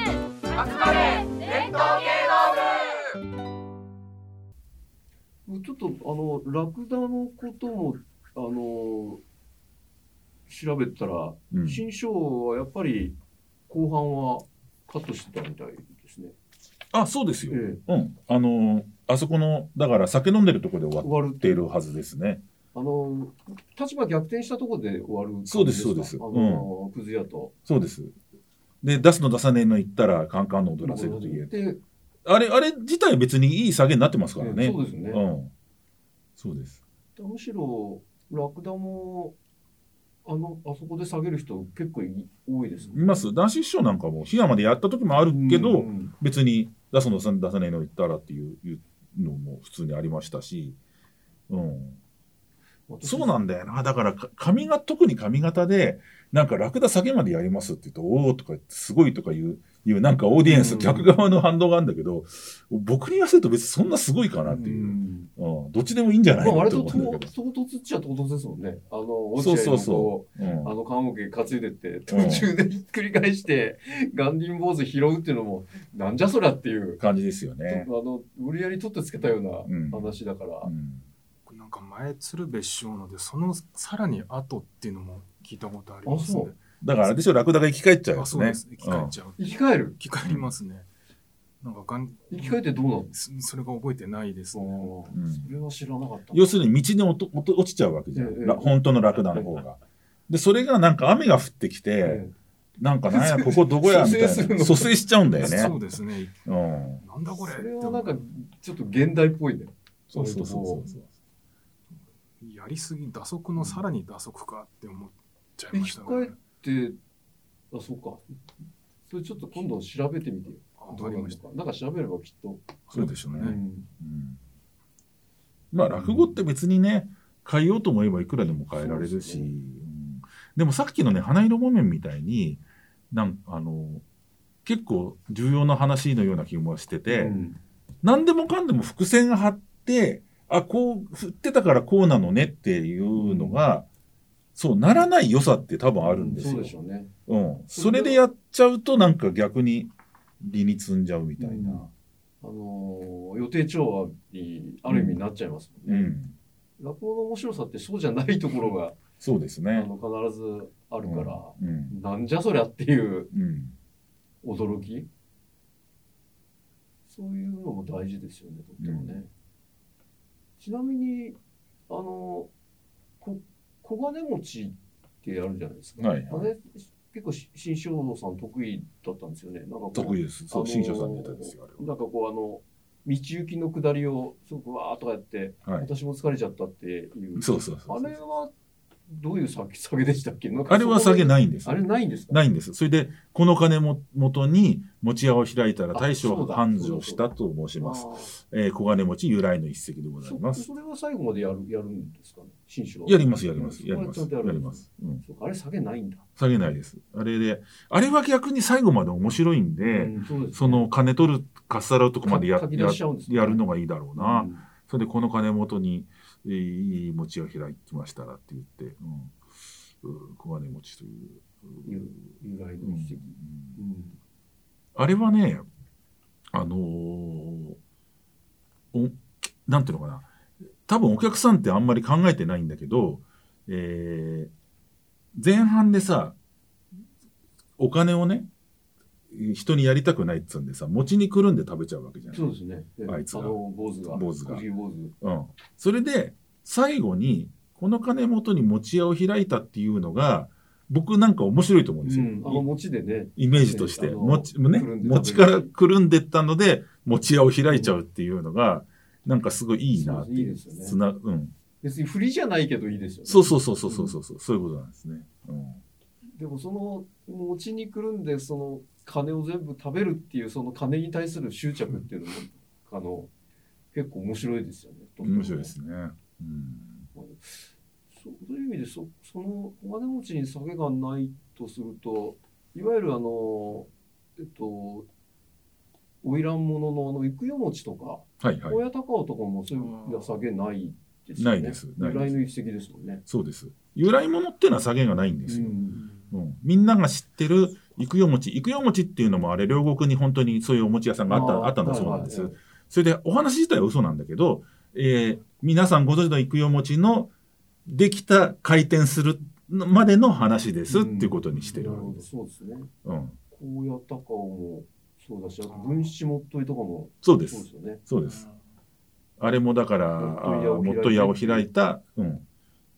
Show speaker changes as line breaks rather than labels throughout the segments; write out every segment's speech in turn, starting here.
集まれ伝統芸能部
ちょっとあのラクダのこともあの調べたら、
うん
新章はやっぱり後半はカットしてたみたいですね。
あ、そうですよ。
ええ、
うん。あのーあそこの、だから酒飲んでるところで終
終
わ
わる
っているはずですね。
あの立場逆転したところで終わる感じか
そうですそうです
あの、くず屋と
そうです。で、出すの出さねえの言ったら、カンカンの踊らせるという。
で
あれ、あれ自体別にいい下げになってますから
え
ね。
えそうですね
うん。そうです。
むしろラクダもあのあそこで下げる人結構い多いですね
います。男子師匠なんかも、檜山でやった時もあるけど、
うん
別に出すの出さ出さねえの言ったらっていういうのも普通にありましたし、うん。
私
そうなんだよな。だからか、髪が、特に髪型で、なんか、ラクダ下げまでやりますって言うと、おーとか言って、すごいとか言う、いう、なんかオーディエンス、
うん
客側の反応があるんだけど、僕に言わせると別にそんなすごいかなっていうう。
ん
うん。どっちでもいいんじゃ
ま
な
あ
いの
割と
と思
と
うん
唐
だけど。
突っちゃ唐突ですもんねあの
そうそうそ
落
う。う
合
ん
のあの棺桶担いでって途中でひっくり返して、ガンディン坊主拾うっていうのもなんじゃそりゃっていう、
感じですよね。
あの無理やり取ってつけたよう
うん
な話だから、
うん。
なんか前鶴瓶師匠のでそのさらに後っていうのも聞いたことありますね。
だから、あれでしょ、ラクダが生き返っちゃう
あ
やつ
そう
ね
で。す。生き返っちゃう。
生き返る
生き返りますね。なんかがん
生き返ってどうなの
そそれが覚えてないですね。
うんうん
それは知らなかった。
要するに道に落と落と落ちちゃうわけじゃ
え
ん。
え
ら本当のラクダの方が。で、それがなんか雨が降ってきて、
え
なんかなんや、ここどこやみたいな。
蘇生するの
蘇生しちゃうんだよね。
そうですね。
うん。
なんだこれ。
それはなんか、ちょっと現代っぽいね。
そうそうそうそうそう。
やりすぎ打足のさらに打足かって思っちゃい
生
ま
き
した
返って、あ、そうか。それちょっと今度調べてみてよ。
あ
どうな
わかり
の
ました。
か。なんか調べればきっと。
そうでしょうね。
うん
うんまあ落語って別にね、変えようと思えばいくらでも変えら
そう
れる
です
し、
ね
うんでもさっきのね、花色木綿みたいに、なんあの、結構重要な話のような気もしてて、
うん
何でもかんでも伏線が張って、あ、こう、振ってたからこうなのねっていうのが、そうならない良さって多分あるんですよ。
そうでしょうね。
うん、それでやっちゃうとなんか逆に理に積んじゃうみたいな。
あのー予定調和にある意味になっちゃいますも
うん
ね。
ん
落語の面白さってそうじゃないところが、
そうです
あ
ね。
の、必ずあるから、
うん
なんじゃそりゃっていう
うん
驚き。そういうのも大事ですよね、とってもね。ちなみに、あの、こ小金持ちってやるじゃないですか。
はいはい
あれ、結構し、新章さん得意だったんですよね。なんかこう
得意です。
あ
そ
の
う、
ー
新社さんのネタですよ、あれ
なんかこう、あの、道行きの下りをすごくわーっとかやって、
は。はい。
私も疲れちゃったっていう。
そうそうそう。
あれは、どういう下げ下げでしたっけなんか
あれは下げ
い。
ないんです
あ。れないんですか
ないんです。それで、この金も元に持屋を開いたら大将を繁盛したと申します。
あー
えー小金持ち由来の一席でございま
そ
す。
それは最後までやるやるんですかね、新種は。
やります、やります、
そ
や
こ
り
は
ます。
ちゃんと
や
やる
ります。うん。
そうかあれ下げないんだ。
下げないです。あれで、あれは逆に最後まで面白いんで、
うんそうですね
その金取る、かっさらうとこまでや
か書き
や
出しちゃうんですね
やるのがいいだろうな。
うん
それでこの金元に、えーいい餅が開きましたらって言って、うん、うん小金餅という。
由由来
うん
の一石。うん
あれはね、あのーお、なんていうのかな。多分お客さんってあんまり考えてないんだけど、えー前半でさ、お金をね、人にやりたくないっつうんでさ、餅にくるんで食べちゃうわけじゃない。
そうですね。
あいつが
の坊主が。
坊主が
藤井坊主。
うん。それで、最後に、この金元に持ち屋を開いたっていうのが、僕なんか面白いと思うんですよ。
うんあの餅でね。
イメージとして。
あの
持ち、
くる
ね、
んで食べる
持ちからくるんでったので、持ち屋を開いちゃうっていうのが、なんかすごいいいなっていう。
そうですいいです
つ
よね。
な、うん。
別に振りじゃないけどいいですよね。
そうそうそうそうそうそう、うそういうことなんですね。うん。
でもその餅にくるんで、その金を全部食べるっていう、その金に対する執着っていうのも、あの、結構面白いですよね。
面白いで。すね。うん。
そそういう意味でそそのお金持ちに下げがないとするといわゆるあのえっと花魁物のあの幾代持ちとか
はいはい。
親高尾とかもそういう下げないです
な
よね。
いですない
由
です
来の一石ですもんね。
そうです。由来物っていうのは下げがないんですよ。
うん
うん。みんなが知ってる幾代餅幾代餅っていうのもあれ両国に本当にそういうお餅屋さんがあったあったんだそうなんです、
はいはいはい
それでお話自体は嘘なんだけど、えー皆さんご存知の幾代餅のできた回転するのまでの話ですっていうことにしてる
なる、ほどそうですね
うん、
高野高尾もそうだしあと文七もっといとかも
そうで
そうですすよね
そうですあれもだから、
も
も
っ
っ
と
と
矢
矢
を
を
開
開
い
いた、うん、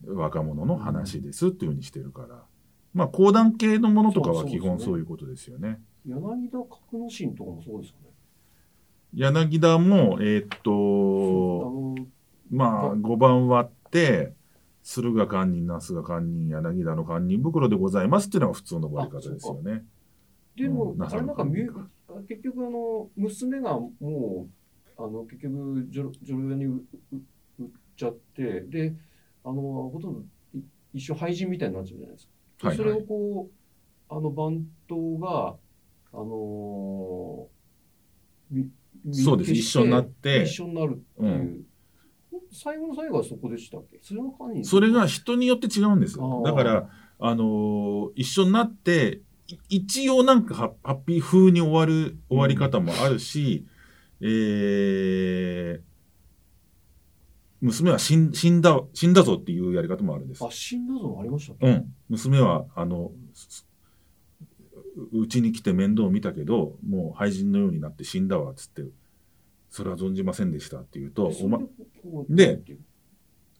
若者の話ですっていうふうにしてるから、まあ、講談系のものとか
そう
は
そうで
基
すね
本そういうことですよね。
柳田格之進とかもそうですよね
柳田も、えーっ
あ
と、
の
まあ、5番割って、駿河堪忍、那須が堪忍、柳田の堪忍袋でございますっていうのが普通の終わり方ですよね。
でも、
うんな
あ
さ
れ
る
なんかミュあ結局あの娘がもうあの結局ジョロジョロ屋にうう売っちゃってであのほとんどい一生廃人みたいになっちゃうじゃないですか。で
はい
それ
は
を
い。
こうあの番頭があのーみ見
そうです。
消
一
して
緒になって、
一緒になるっていう、最後の最後はそこでしたっけそれの間に
それが人によって違うんです
あー
だから、あのー一緒になってい一応なんかハッハッピー風に終わる終わり方もあるし、えー娘は死ん死んだ死んだぞっていうやり方もあるんです
あ。死んだぞありましたっけ、
うん、娘はあのすううちに来て面倒を見たけどもう廃人のようになって死んだわっつってそれは存じませんでしたって言うと
でそ
お,、
れで
ま
こ、こう
で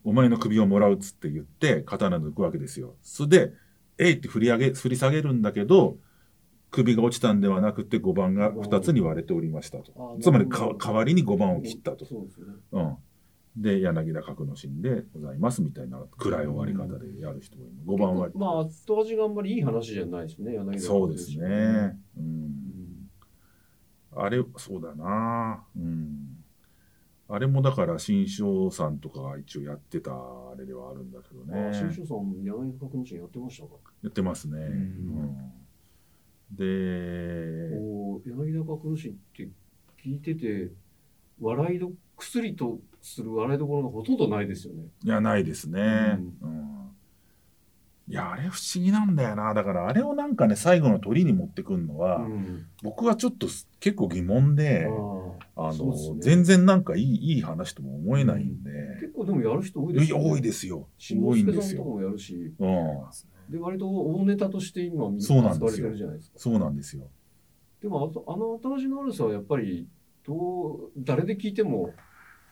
お前の首をもらうっつって言って、刀抜くわけですよ。それで、えいって振り上げ、振り下げるんだけど、首が落ちたんではなくて5番が2つに割れておりました
あ
と
ー。
つまり
なる
か
ほど
代わりに5番を切ったと。
そうですよね
うん。で、柳田格之進でございますみたいな暗い終わり方でやる人もいる。5番は。
まあ後味があんまりいい話じゃないですね柳田
そうですね。うん
う。ん
あれ、そうだなうん。あれもだから、新章さんとかが一応やってたあれではあるんだけど
あ
ね。
新庄さん柳田格之進やってましたか、
やってますね。
ん
うんで、
おー柳田格之進って聞いてて笑いど薬とする笑いどころがほとんどないですよね
いや、ないですね。うんいや、あれ不思議なんだよな。だから、あれをなんかね、最後の鳥に持ってくるのは、
ん
僕はちょっとす結構疑問で、
あ
あ
ーそう
の、
ですね
全然なんかいい、いい話とも思えないんで、
結構でもやる人多い
い
です
や
よね
多いですよ。
新
多
之
いん
助
で
さん
す
とか
よ。
もやるし
うん。
で割と大ネタとして今みん
そうなん
使
で
われ
す
て
よ
るじゃないですか
そうなんですよ。
でもあとあの後味の悪さはやっぱりどう誰で聞いても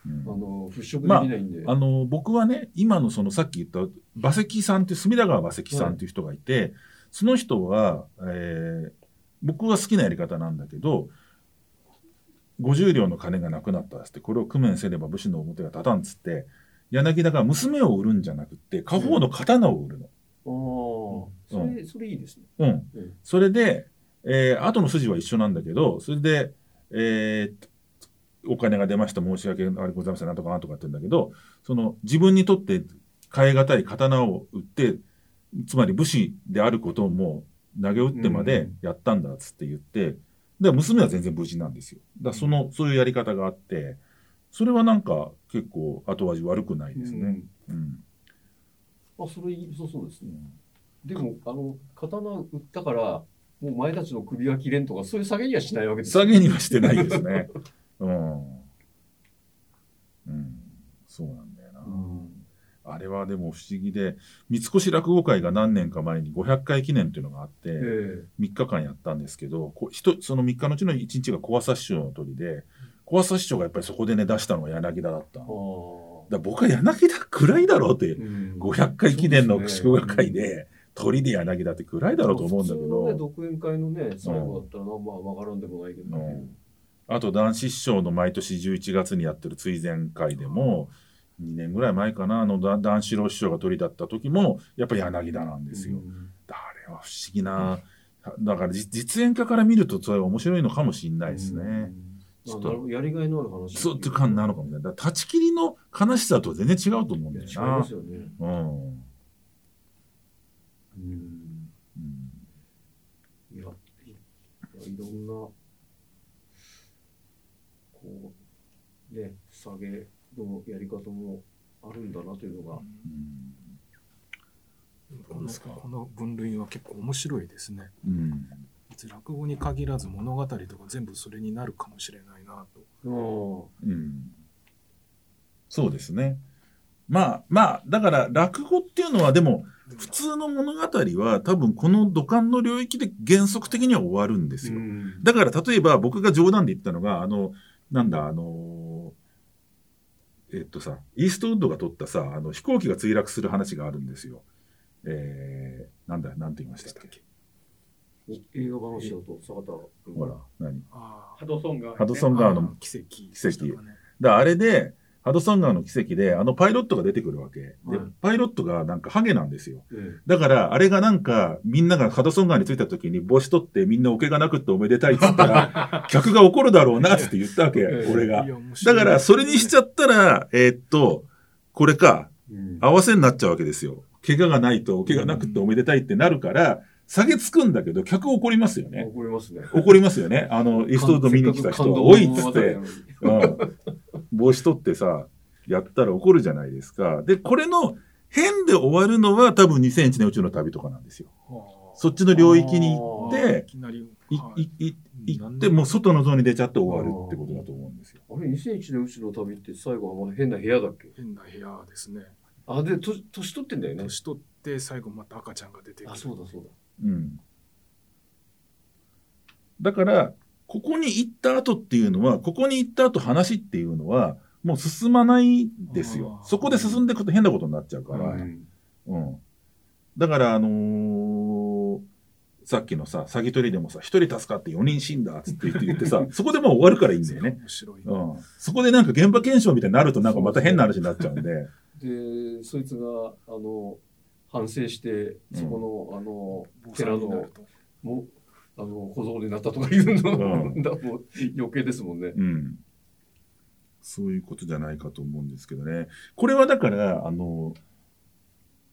うん
あの払拭できないんで、
あの僕はね今のそのさっき言った馬関さんっていう隅田川馬関さんっていう人がいて、その人は、えー僕は好きなやり方なんだけど50両の金がなくなったっつってこれを工面せれば武士の表が立たんっつって柳田が娘を売るんじゃなくて家宝の刀を売るの。
ああ、それ、それいいですね。
うん
うん
それで、えー後の筋は一緒なんだけどそれで、えーお金が出ました申し訳ありございませんなんとかなんとかって言うんだけどその自分にとって変え難い刀を売ってつまり武士であることをもう投げ打ってまでやったんだっつって言って、で娘は全然無事なんですよだからその、そういうやり方があってそれはなんか結構後味悪くないですね。うん
あ、それいい、そうそうですね。でも、あの、刀売ったから、もう前たちの首は切れんとか、そういう下げにはしないわけです
下げにはしてないですね。 うん。うん。そうなんだよな。
うん
あれはでも不思議で、三越落語会が何年か前に500回記念っていうのがあって、
ええ
3日間やったんですけど、こひとその3日のうちの1日が小朝師匠の鳥で、小朝師匠がやっぱりそこでね、出したのが柳田だったの。
あ
だから僕は柳田暗いだろうって、
あ。
500回記念
そう
の
です
祝
ね
賀会で、鳥で柳田って暗いだろうと思うんだけど。
普通のね、独演会のね、最後だったら、まあ、わからんでもないけど、
うんあと男子師匠の毎年11月にやってる追善会でも2年ぐらい前かなあのだ男子郎師匠が鳥だった時もやっぱ柳田なんですよ。
うん
あれは不思議なだからじ実演家から見るとそれは面白いのかもしれないですね。
うん
ちょっ
まあなる
と
ほどやりがいのある話。
そうっていう感じなのかもしれない。だから立ち切りの悲しさとは全然違うと思う
い
ん
や
だ
違い
よ
ま
な
す。よね。
うんうん
うんいや、いいやいろんな、こう、ね、下げのやり方もあるんだなというのが、
どうですか
このこの分類は結構面白いですね。
うん
別に落語に限らず物語とか全部それになるかもしれないなと。
うん
うん、そうですね。まあまあだから落語っていうのはでも普通の物語は多分この土管の領域で原則的には終わるんですよ。
うん
だから例えば僕が冗談で言ったのがあのなんだあのえっとさイーストウッドが撮ったさあの飛行機が墜落する話があるんですよ。えー、なんだなんて言いましたっけ
映画話だと坂田君
ほら何
あ
ハドソンが、
ハドソン
あ
川の
奇跡奇
跡だあれで、ハドソン川の奇跡で、あのパイロットが出てくるわけ。で
はい、
パイロットがなんかハゲなんですよ。
え
だから、あれがなんか、みんながハドソン川に着いた時に帽子取ってみんなお怪我なくっておめでたいって言った ら、客が怒るだろうなっつって言ったわけ、
うん
俺が
い。や面白
だ
い
から、それにしちゃったら、えーっと、これか、
えうん
合わせになっちゃうわけですよ。怪我がないとお怪我なくっておめでたいってなるから、下げつくんだけど、客怒りますよね。
怒りますね。
怒りますよね。あの、イーストウッド見に来た人は、おいっつって、うん、帽子取ってさやったら怒るじゃないですかでこれの変で終わるのは多分2001年宇宙の旅とかなんですよ
はあ
そっちの領域に行っ
あーい
て
きなり
い
はい
いい行
なん
っ
で
てもう外の像に出ちゃって終わるってことだと思うんですよ
あれ、2001年宇宙の旅って最後はまだ変な部屋だっけ
変な部屋ですね。
あ、で、と年取ってんだよね。
年取って最後また赤ちゃんが出てくる。
あ、そうだそうだ。
うんだからここに行った後っていうのはここに行った後話っていうのはもう進まないんですよ
あー
そこで進んでいくと変なことになっちゃうから、
うん
うん、だから、あのーさっきのさ詐欺取りでもさ1人助かって4人死んだっつって言って言って さそこでもう終わるからいいんだよね、
面白い。
うん、そこでなんか現場検証みたいになるとなんかまた変な話になっちゃうんで
で、そいつが、あの、反省して、そこの、あの、
坊さ
寺
んにな
の
る、と
もあの、小僧になったとか言うの、
うん
だ もう余計ですもんね。
うん、そういうことじゃないかと思うんですけどねこれはだから、あの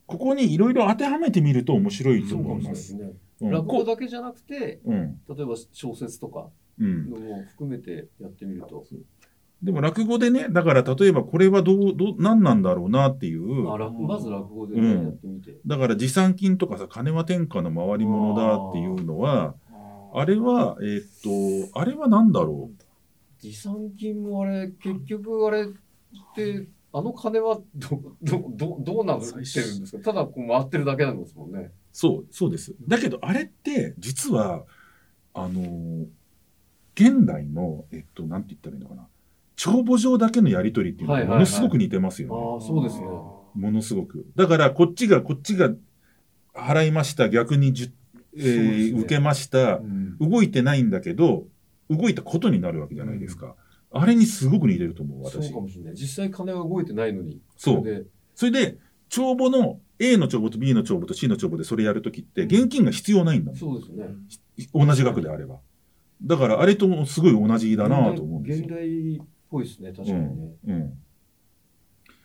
ここにいろいろ当てはめてみると面白いと
そうかも
思
し
い
れないですね。
ます。うん
落語だけじゃなくて、
うん
例えば小説とか
うん、
のも含めてやってみると、
でも落語でねだから例えばこれはどうどう何なんだろうなっていう
まあ、落まず落語で、
う
ね、
ん
やってみて。
だから持参金とかさ金は天下の回り物だっていうのはあ
あ
れはえーっとあれは何だろ
持参金もあれ、結局あれって、あの金はど、ど、ど、どうなってるんですかただこう回ってるだけなんですもんね。
うそうそうですだけどあれって実はあのー現代のえっとなんて言ったらいいのかな帳簿上だけのやり取りっていうの
は
はい
はいは
も
い
のすごく似てますよね、
ああ、そうですね。
ものすごくだからこっちがこっちが払いました逆にじゅ、え
そう
ー
ですね
受けました
うん
動いてないんだけど動いたことになるわけじゃないですか、あれにすごく似てると思う
そう
私
かもしれない。実際金は動いてないのに。
そう
で、
それで帳簿の A の帳簿と B の帳簿と C の帳簿でそれやるときって現金が必要ないんだもん
そうですね。
同じ額であればだからあれともすごい同じだなと思うんです
現
よ、
代っぽいですね、確かにね。
うん、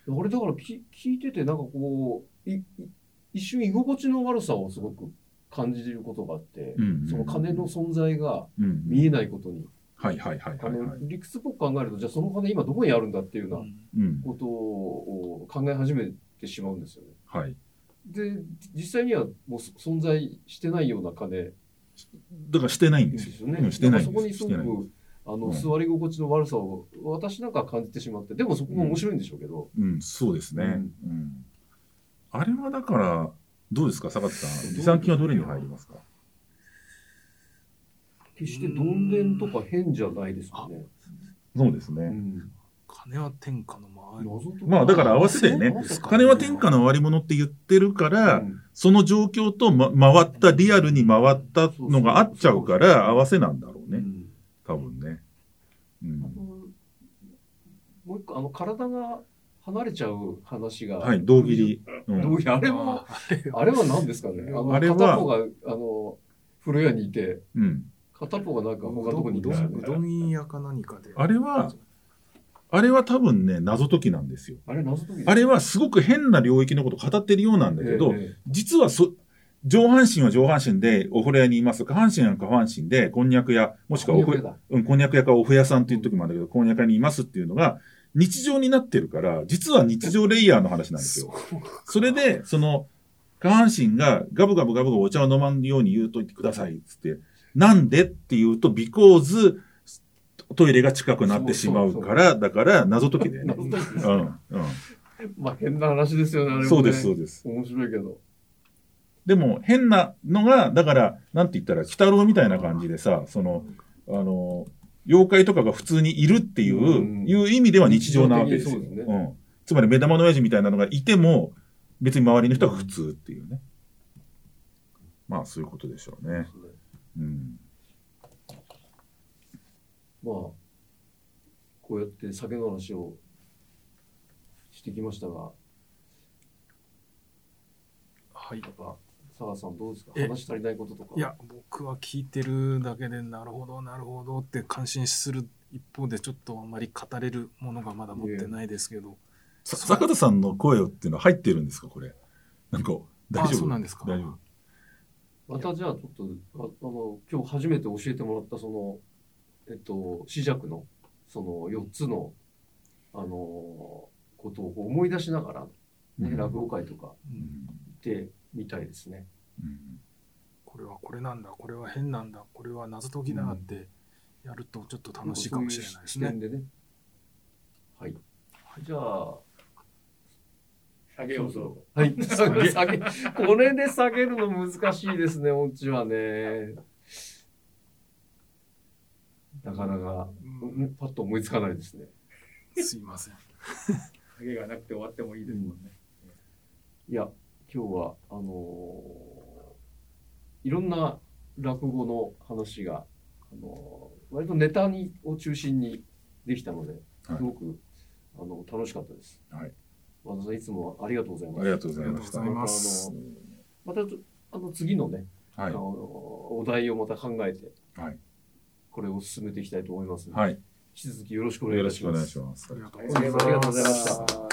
俺だからき聞いてて、なんかこう、いい一瞬居心地の悪さをすごく感じることがあって、
うんうん
その金の存在が
うん
見えないことに、
はいはいはい
あ
はいは
の
い、
理屈っぽく考えると、じゃあその金今どこにあるんだっていうような
うん
ことを考え始めてしまうんですよね。
はい、
で、実際にはもうそ存在してないような金
だからしてないん
で
ですよ
すよね。
うんしてない
んかそこにすご
してない
くあの、
うん
座り心地の悪さを私なんかは感じてしまって、でもそこも面白いんでしょうけど、
うんそうですね、
うん
うんあれはだからどうですか坂田さ
ど
ん
う
持参金はどれに入りますか
決してどんでんとか変じゃないですよね。
そうですね、
うん
金は天下の周り。
謎と
まあだから合わせてね金は天下の割り物って言ってるから、その状況と、ま、回ったリアルに回ったのが合っちゃうから合わせなんだろう
う
ね
ん
多分ね、
あと
うん、
もう一個、あの、体が離れちゃう話が。
はい胴切り、う
ど
ん
ういうあれは、あれは何ですかね。あの、
あれは
片方が、あの、風呂屋にいて、
うん、
片方がなんか他のとこに
う
いた
ど
よね
んうどん屋か何かで。
あれはあれは多分ね謎解きなんですよ
あれ謎解き
あれはすごく変な領域のことを語ってるようなんだけど、
ええ
実はそ上半身は上半身でお風呂屋にいます下半身は下半身でこんにゃく屋もしくはお風呂
だ
うん、こんにゃく屋かおふやさんっていう時もあるんだけど、こんにゃく屋にいますっていうのが、日常になってるから、実は日常レイヤーの話なんですよ。それで、その、下半身がガブガブガブガブお茶を飲まんように言うといてくださいっつって、なんでっていうと、because トイレが近くなってしまうから、だから謎解き だよね。うん、
まあ変な話ですよね、あれも
う
ね。
ん。そうです、そうです。
面白いけど。
でも変なのが、だから、なんて言ったら、鬼太郎みたいな感じでさ、その、あの、妖怪とかが普通にいるっていう、
うん
いう意味では日常なわけですよ。
日常的にそうです
うん。つまり目玉の親父みたいなのがいても、別に周りの人は普通っていうね。まあ、そういうことでしょうね。うん。
まあ、こうやって酒の話をしてきましたが、
はい
やっぱ、佐賀さんどうですか
え
話足りないこととか。
いや僕は聞いてるだけでなるほどなるほどって感心する一方でちょっとあんまり語れるものがまだ持ってないですけど
さ
そう
坂田さんの声をっていうのは入ってるんですか、これ。なんか、大
あ
丈夫
そうなんですか
大丈夫。
またじゃあちょっとああの今日初めて教えてもらったそのえっと四尺のその四つのあのことをこう思い出しながら、ね
うん
落語会とか
うん
行ってみたいですね。
うん
これはこれなんだこれは変なんだこれは謎解きだってやるとちょっと楽しいかもしれないですね
んか。そういう視点でね。はい。じゃあ。
下げようぞ。
はい、 下げこれで下げるの難しいですね、オチはね。なかなか、うんパッと思いつかないですね。
すいません。
下げがなくて終わってもいいですもんね。
いや、今日は、あのーいろんな落語の話が、あのー割とネタにを中心にできたので、す
はい
ごく、あの楽しかったです。
はい
和田さん、いつもありがとうございます。
ありがとうご
あ
ざ
り
い
がとう
ま
ご
した
ざい。ます。
また、あの、次のね、
は
あ
い
の。お題をまた考えて、
はい
これを進めていきたいと思いますので、
はい。
引き続きよろしくお願いい
よろ
た
し
し
くお
ま
願い
す
し。ます。
ありがと。
ありがとうございました